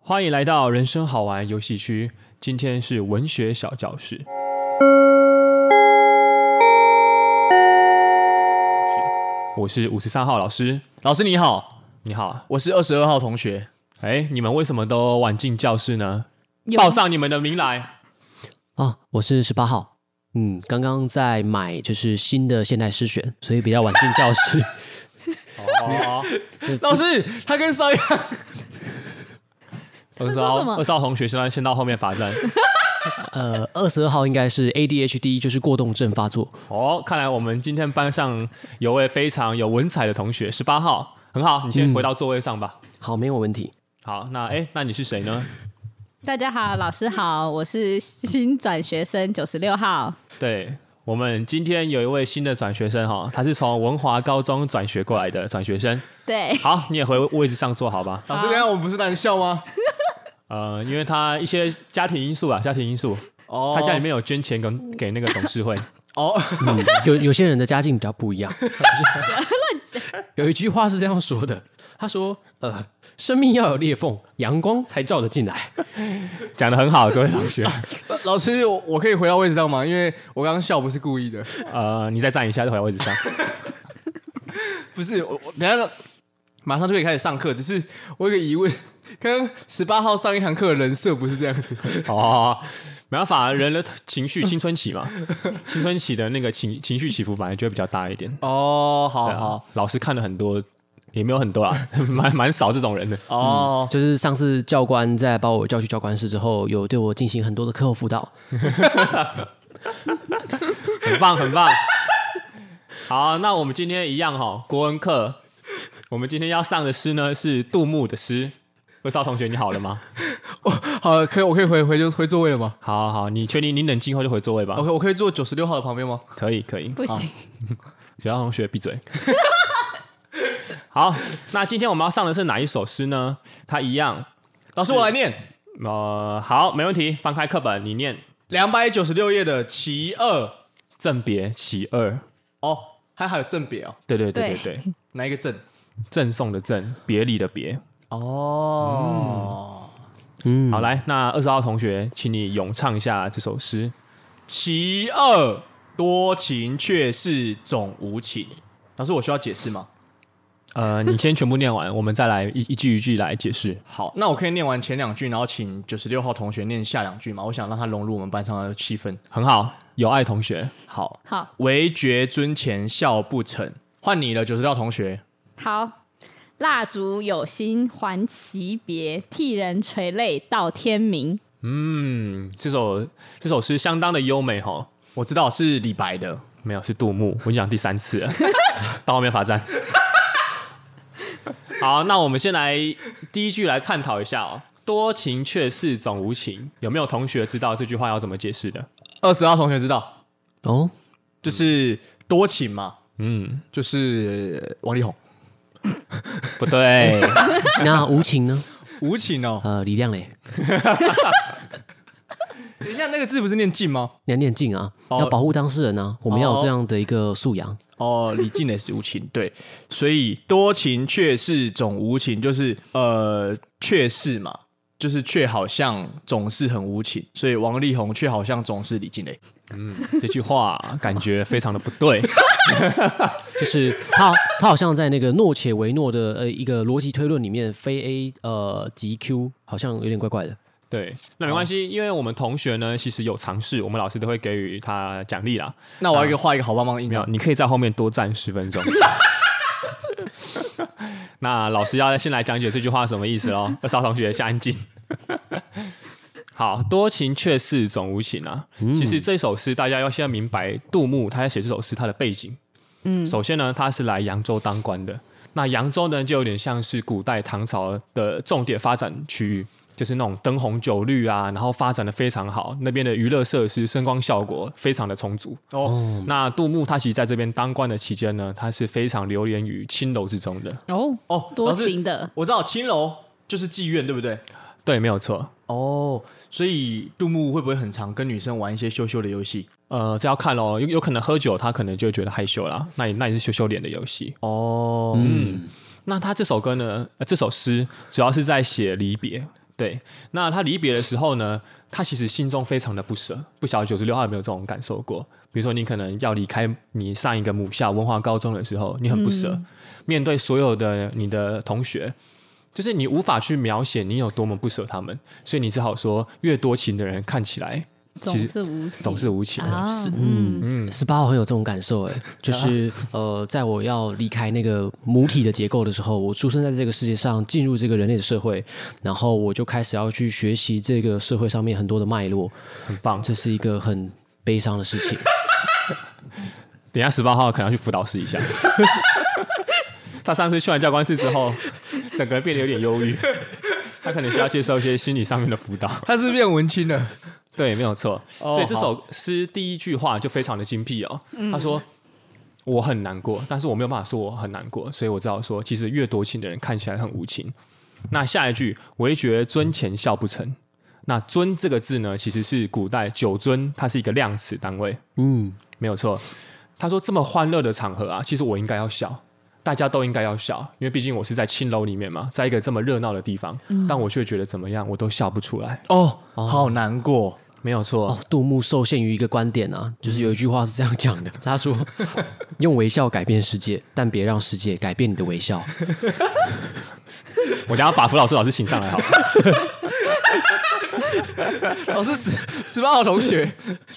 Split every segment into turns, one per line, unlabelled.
欢迎来到人生好玩游戏区，今天是文学小教室。我是五十三号老师，
老师你好，
你好。
我是二十二号同学。
哎，你们为什么都晚进教室呢？
有
报上你们的名 来。
啊，我是十八号。嗯，刚刚在买就是新的现代诗选，所以比较晚进教室。
哦，
老师，他跟邵阳，
二十
说
号
什么
二十号同学先到先到后面罚 站。
呃，二十二号应该是 ADHD，就是过动症发作。
哦，看来我们今天班上有位非常有文采的同学，十八号，很好，你
嗯
先回到座位上吧。
好，没有问题。
好，那哎，那你是谁呢？
大家好，老师好，我是新转学生九十六号。
对我们今天有一位新的转学生哈，他是从文华高中转学过来的转学生。
对，
好，你也回位置上坐好吧？
老师，等一下我们不是男校吗？
呃，因为他一些家庭因素啊，家庭因素，
哦
他家里面有捐钱给给那个董事会。
哦，
嗯，有有些人的家境比较不一样。 有一句话是这样说的，他说：“呃，生命要有裂缝，阳光才照得进来。
讲的很好，这位同学，
老师，我我可以回到位置上吗？因为我刚刚笑不是故意的，
呃，你再站一下，再回到位置上。
不是我，我等一下马上就可以开始上课。只是我有个疑问， 刚刚十八号上一堂课的人设不是这样子，
哦，没办法，人的情绪青春期嘛，青春期的那个情情绪起伏本来就会比较大一点。
哦，好
对啊，老师看了很多，也没有很多啊， 蛮蛮少这种人的。
哦，
就是上次教官在把我叫去教官室之后，有对我进行很多的课后辅导。
很棒，很棒。好，那我们今天一样哈、国文课，我们今天要上的诗呢是杜牧的诗。魏少同学，你好了吗？
好，可以，我可以回回就回座位了吗？
好好，你确定你冷静后就回座位吧？
我可我可以坐九十六号的旁边吗？
可以，可以。
不行，
小廖同学闭嘴。好，那今天我们要上的是哪一首诗呢？它一样，
老师，我来念
呃，好，没问题。翻开课本，你念《
两百九十六页的其二。
赠别其二》。
哦，还还有正别哦，
对对对对
对
对，
哪一个正？
赠送的赠，别离的别。
哦。
嗯，
好，来，那二十号同学，请你咏唱一下这首诗。
其二，多情却是种无情。老师，我需要解释吗？
呃，你先全部念完，我们再来一一句一句来解释。
好，那我可以念完前两句，然后请九十六号同学念下两句吗？我想让他融入我们班上的气氛。
很好，有爱同学，
好，
好
唯觉尊前笑不成，换你了，九十六号同学。
好。蜡烛有心还惜别，替人垂泪到天明。
嗯，这首这首诗相当的优美哈。
我知道是李白的，
没有，是杜牧，我已经讲第三次了， 到后面罚站。好，那我们先来第一句来探讨一下哦。多情却是种无情，有没有同学知道这句话要怎么解释的？
二十号同学知道，
哦，
就是多情嘛，
嗯，
就是呃王力宏。
不对，
那无情呢？
无情哦，
呃，李亮嘞，
等一下那个字不是念尽吗？
你要念静啊，
哦
要保护当事人啊，我们要有
哦
这样的一个素养。
哦，李靖也是无情，对，所以多情却是种无情，就是呃，却是嘛，就是却好像总是很无情，所以王力宏却好像总是李静蕾。
这句话感觉非常的不对。
就是他， 他好像在那个诺且维诺的呃一个逻辑推论里面，非 A 呃及 Q 好像有点怪怪的。
对，那没关系，因为我们同学呢，其实有尝试，我们老师都会给予他奖励啦。
那我要一个画一个好棒棒的印
没有
象，，
你可以在后面多站十分钟。那老师要先来讲解这句话什么意思喽？二少同学，先安静。好多情却是种无情啊！其实这首诗大家要先明白，杜牧他在写这首诗他的背景。嗯，首先呢，他是来扬州当官的。那扬州呢，就有点像是古代唐朝的重点发展区域，就是那种灯红酒绿啊，然后发展的非常好，那边的娱乐设施、声光效果非常的充足。
哦，
那杜牧他其实在这边当官的期间呢，他是非常流连于青楼之中的。
哦
哦
多
老师
情的，
我知道青楼就是妓院，对不对？
对，没有错。
哦，所以杜牧会不会很常跟女生玩一些羞羞的游戏？
呃，这要看咯，有有可能喝酒，他可能就会觉得害羞啦。那也那也是羞羞脸的游戏。
哦，
那他这首歌呢，呃、这首诗主要是在写离别，对，那他离别的时候呢，他其实心中非常的不舍。不晓得九十六号有没有这种感受过？比如说，你可能要离开你上一个母校文化高中的时候，你很不舍，面对所有的你的同学，就是你无法去描写你有多么不舍他们，所以你只好说，越多情的人看起来
总是无情，
总是无情。
啊，嗯，
十八号很有这种感受， 哎，就是呃，在我要离开那个母体的结构的时候，我出生在这个世界上，进入这个人类的社会，然后我就开始要去学习这个社会上面很多的脉络，
很棒。
这是一个很悲伤的事情。
等一下十八号可能要去辅导室一下。 他上次去完教官室之后，整个人变得有点忧郁，他可能需要接受一些心理上面的辅导。
他是变文青了，
对，没有错。
哦
所以这首诗第一句话就非常的精辟哦。他说：“我很难过，但是我没有办法说我很难过，所以我知道说，其实越多情的人看起来很无情。”那下一句“唯觉尊前笑不成”。那“尊”这个字呢，其实是古代酒樽，它是一个量词单位。
嗯，
没有错。他说这么欢乐的场合啊，其实我应该要笑，大家都应该要笑，因为毕竟我是在青楼里面嘛，在一个这么热闹的地方，但我却觉得怎么样，我都笑不出来。
哦，好难过，
没有错，
哦，杜牧受限于一个观点啊，就是有一句话是这样讲的，他说：“用微笑改变世界，但别让世界改变你的微笑。
我等一下把福老师老师请上来 好了。
老师十十八号同学，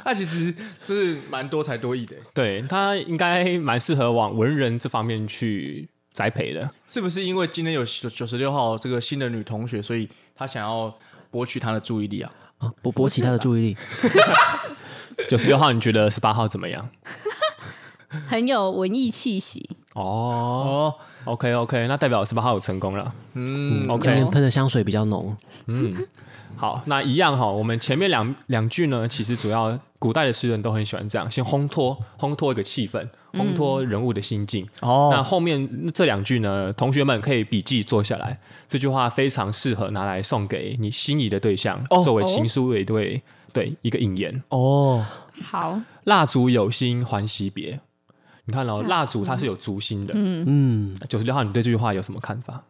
他其实就是蛮多才多艺的，
对他应该蛮适合往文人这方面去栽培的。
是不是因为今天有九九十六号这个新的女同学，所以他想要博取她的注意力啊？”
啊，博博起他的注意力，
九十六号，你觉得十八号怎么样？
很有文艺气息。
哦
哦，
，OK OK，那代表十八号有成功了。嗯
今
，OK，
天喷的香水比较浓，
好，那一样哈、我们前面两两句呢，其实主要古代的诗人都很喜欢这样，先烘托烘托一个气氛，烘托人物的心境。那
哦，
后面这两句呢，同学们可以笔记做下来。这句话非常适合拿来送给你心仪的对象，
哦
作为情书的一对、对一个引言。
哦，
好，
蜡烛有心还惜别，你看哦，蜡烛它是有烛心的。
嗯，
九十六号，你对这句话有什么看法？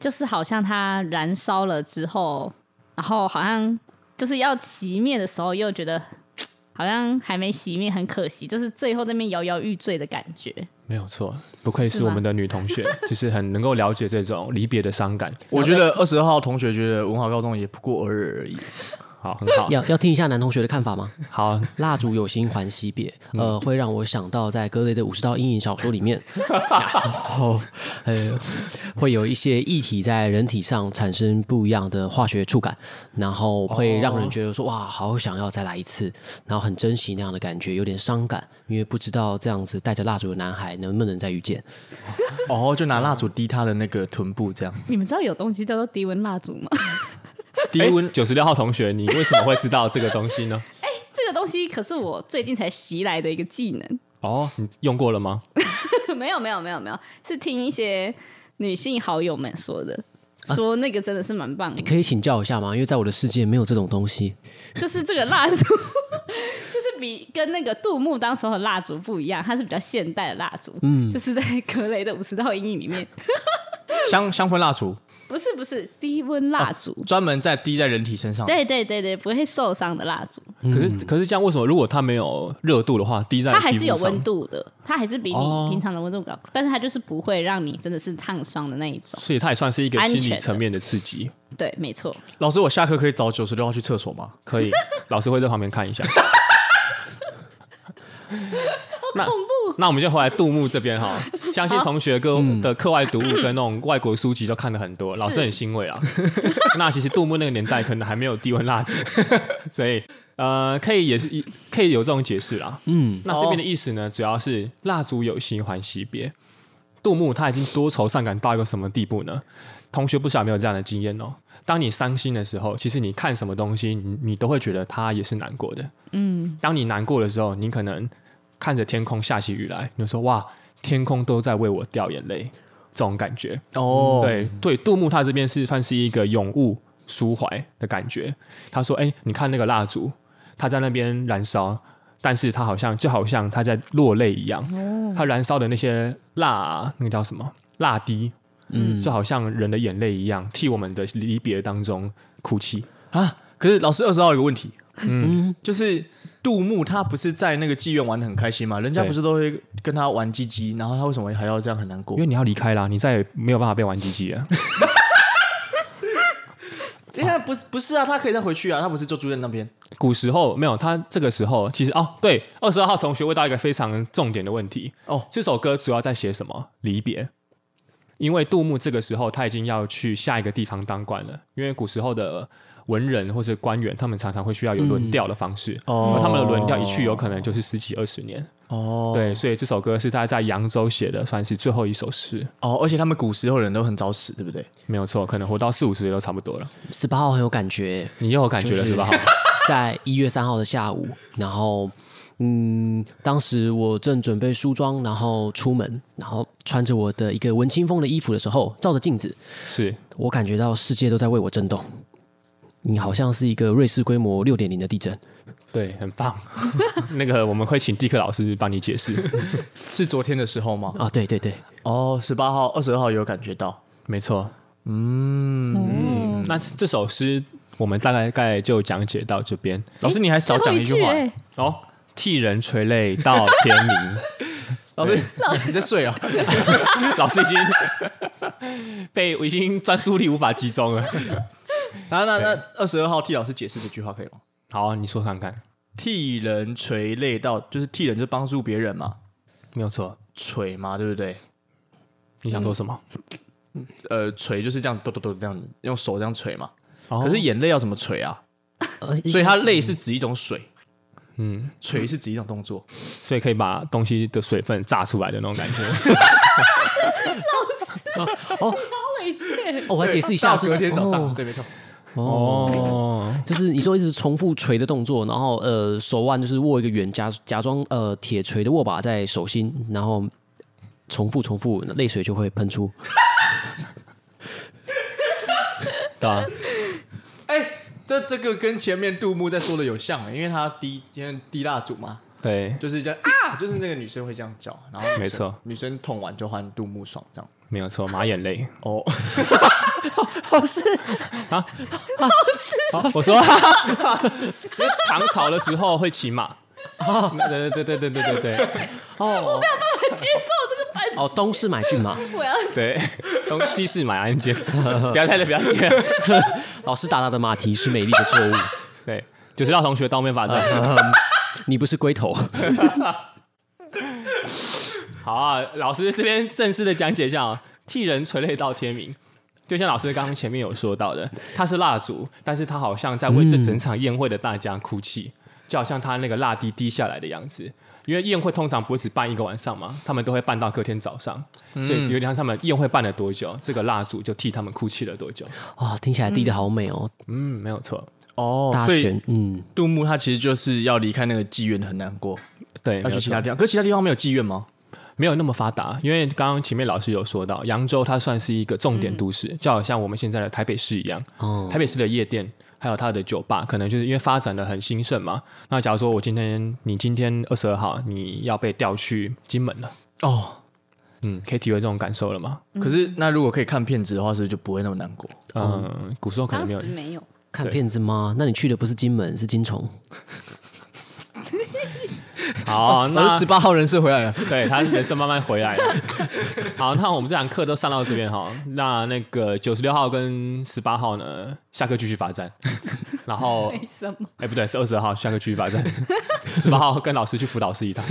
就是好像它燃烧了之后，然后好像就是要熄灭的时候，又觉得好像还没熄灭，很可惜，就是最后那边摇摇欲坠的感觉。
没有错，不愧
是
是
吗
我们的女同 学，就是很能够了解这种离别的伤感。
我觉得二十二号同学觉得文化高中也不过尔尔而已。
好，很好，
要要听一下男同学的看法吗？
好，
蜡烛有心还惜别，呃，会让我想到在格雷的五十道阴影小说里面，然后呃，会有一些液体在人体上产生不一样的化学触感，然后会让人觉得说哇，好想要再来一次，然后很珍惜那样的感觉，有点伤感，因为不知道这样子带着蜡烛的男孩能不能再遇见。
哦，就拿蜡烛滴他的那个臀部，这样
你们知道有东西叫做低温蜡烛吗？
低温九十六号同学，你为什么会知道这个东西 呢？
这个东西可是我最近才习来的一个技能。
哦，你用过了吗？
没有没有没有没有，是听一些女性好友们说的，说那个真的是蛮棒的，
可以请教一下吗？因为在我的世界没有这种东西。
就是这个蜡烛， 就是比跟那个杜牧当时候的蜡烛不一样，它是比较现代的蜡烛，嗯，就是在格雷的五十道阴影里面，
香香氛蜡烛，
不是不是低温蜡烛，
专门在滴在人体身上。
对对对对，不会受伤的蜡烛，
可是可是这样为什么？如果它没有热度的话，滴在
它还
皮
是
肤
有
上
温度的，它还是比
哦
你平常的温度高，但是它就是不会让你真的是烫伤的那一种，
所以它也算是一个
安
心
全
理
的
层面的刺激。
对，没错，
老师，我下课可以找九十六号去厕所吗？
可以，老师会在旁边看一下。那那我们就回来杜牧这边哈，相信同学各的课外读物跟那种外国书籍都看了很多，老师很欣慰啊。那其实杜牧那个年代可能还没有低温蜡烛， 所以呃，可以也是可以有这种解释啦。嗯，那这边的意思呢，主要是蜡烛有心还惜别。杜牧他已经多愁善感到一个什么地步呢？同学不少没有这样的经验哦。当你伤心的时候，其实你看什么东西，你你都会觉得它也是难过的。嗯，当你难过的时候，你可能看着天空下起雨来，你就说哇，天空都在为我掉眼泪，这种感觉。
哦，
对对，杜牧他这边是算是一个咏物抒怀的感觉。他说：“哎、你看那个蜡烛，它在那边燃烧，但是它好像就好像它在落泪一样。它燃烧的那些蜡，那个叫什么蜡滴，嗯，就好像人的眼泪一样，替我们的离别当中哭泣。
啊。可是老师二十号有个问题，嗯， 就是杜牧他不是在那个妓院玩的很开心吗？人家
对
不是都会跟他玩鸡鸡，然后他为什么还要这样很难过
因？为你要离开啦，你再也没有办法被玩鸡鸡了。
现在不是不是啊，他可以再回去啊，他不是就住在那边？
古时候没有他这个时候，其实哦，对，二十二号同学问到一个非常重点的问题
哦
这首歌主要在写什么？离别。因为杜牧这个时候他已经要去下一个地方当官了，因为古时候的文人或者官员，他们常常会需要有轮调的方式，
哦
而他们的轮调一去有可能就是十几二十年。
哦，
对，所以这首歌是他在扬州写的，算是最后一首诗，
哦，而且他们古时候人都很早死，对不对？
没有错，可能活到四五十岁都差不多了。
十八号很有感觉，
你又有感觉了是吧？好
在一月三号的下午，然后嗯，当时我正准备梳妆，然后出门，然后穿着我的一个文青风的衣服的时候，照着镜子，
是
我感觉到世界都在为我震动。你好像是一个瑞士规模六点零的地震，
对，很棒。 那个我们会请地克老师帮你解释，
是昨天的时候吗？
啊，对对对，
哦，十八号、二十二号有感觉到。
没错。嗯，那这首诗我们大概概就讲解到这边
老师，你还少
最后
讲
一
一句
哎
话。
欸
哦。替人垂泪到天明，
老师， 你在睡啊？
老师已经被我已经 专注力无法集中了。
那那那二十二号替老师解释这句话可以吗？
好，你说看看，
替人垂泪到，就是替人就是帮助别人嘛，
没有错。
垂嘛，对不对？
你想说什么？
呃，垂就是这样，咚咚咚这样子，用手这样垂嘛。
哦
可是眼泪要怎么垂啊？
呃
所以它泪是指一种水，
嗯，
垂是指一种动作。
所以可以把东西的水分炸出来的那种感觉。
好猥亵，
哦我来解释一下，
到
就是
隔天早上，
哦
对，没错。
哦，
就是你说一直重复锤的动作，然后呃手腕就是握一个圆，假假装呃铁锤的握把在手心，然后重复重复，泪水就会喷出。
对啊，
哎，这这个跟前面杜牧在说的有像欸，因为他滴今天滴蜡烛嘛，
对，
就是这样啊，就是那个女生会这样叫，然后女生
没错，
女生捅完就换杜牧爽这样。
没有错，马眼泪。
哦，
好，我说， 因为唐朝的时候会骑马。对对对对对对对对
哦
接受这个版
哦，东市买骏马，
我要
对， 东西是马鞍间， 不要太累，不要太累。
老师打打的马蹄是美丽的错误，
对，九十道同学刀面法 杖。
你不是龟 头。
好啊，老师这边正式的讲解一下啊，替人垂泪到天明。就像老师刚刚前面有说到的，他是蜡烛，但是他好像在为这整场宴会的大家哭泣，就好像他那个蜡滴滴下来的样子。因为宴会通常不会只办一个晚上嘛，他们都会办到隔天早上，所以有点像他们宴会办了多久，这个蜡烛就替他们哭泣了多久。
哦，听起来滴的好美哦，
嗯，没有错，
哦
大
所以
选，嗯，
杜牧他其实就是要离开那个妓院很难过，
对，
要
没有
去其
错
他地方。可是其他地方没有妓院吗？
没有那么发达，因为刚刚前面老师有说到，扬州它算是一个重点都市，就好像我们现在的台北市一样。
哦
台北市的夜店还有它的酒吧，可能就是因为发展的很兴盛嘛。那假如说我今天你今天二十二号你要被调去金门了，
哦，
嗯，可以体会这种感受了吗？
嗯可是那如果可以看片子的话，是不是就不会那么难过？
嗯，古时候可能
当
没有
时。没有，
看
对
片子吗？那你去的不是金门，是金虫。
好，
那
那
十八号人设回来了，
对他人生慢慢回来了。 好，那我们这堂课都上到这边哈。那那个九十六号跟十八号呢，下课继续罚站。然后
为什么？
哎、不对，是二十号下个区域罚站， 十八号跟老师去辅导室一趟，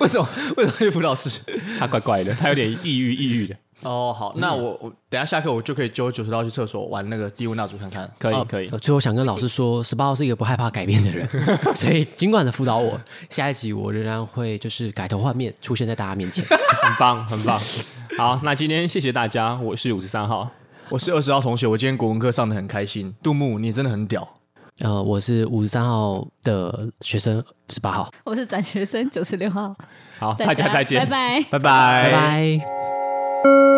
为什么？为什么叶辅老师？
他怪怪的，他有点抑郁抑郁的。
哦，好，那我我等一下下课我就可以揪九十号去厕所玩那个低温蜡烛看看。
可以、
啊
可以，
呃最后想跟老师说，十八号是一个不害怕改变的 人，所以尽管的辅导我，下一集我仍然会就是改头换面出现在大家面 前。
很棒很棒。 好，那今天谢谢大家，我是五十三号，
我是二十号同学，我今天国文课上的很开心。杜牧，你真的很屌。
呃，我是五十三号的学生，十八号，
我是转学生九十六号，
好，大家再见，
哎拜
拜拜。
拜
拜拜。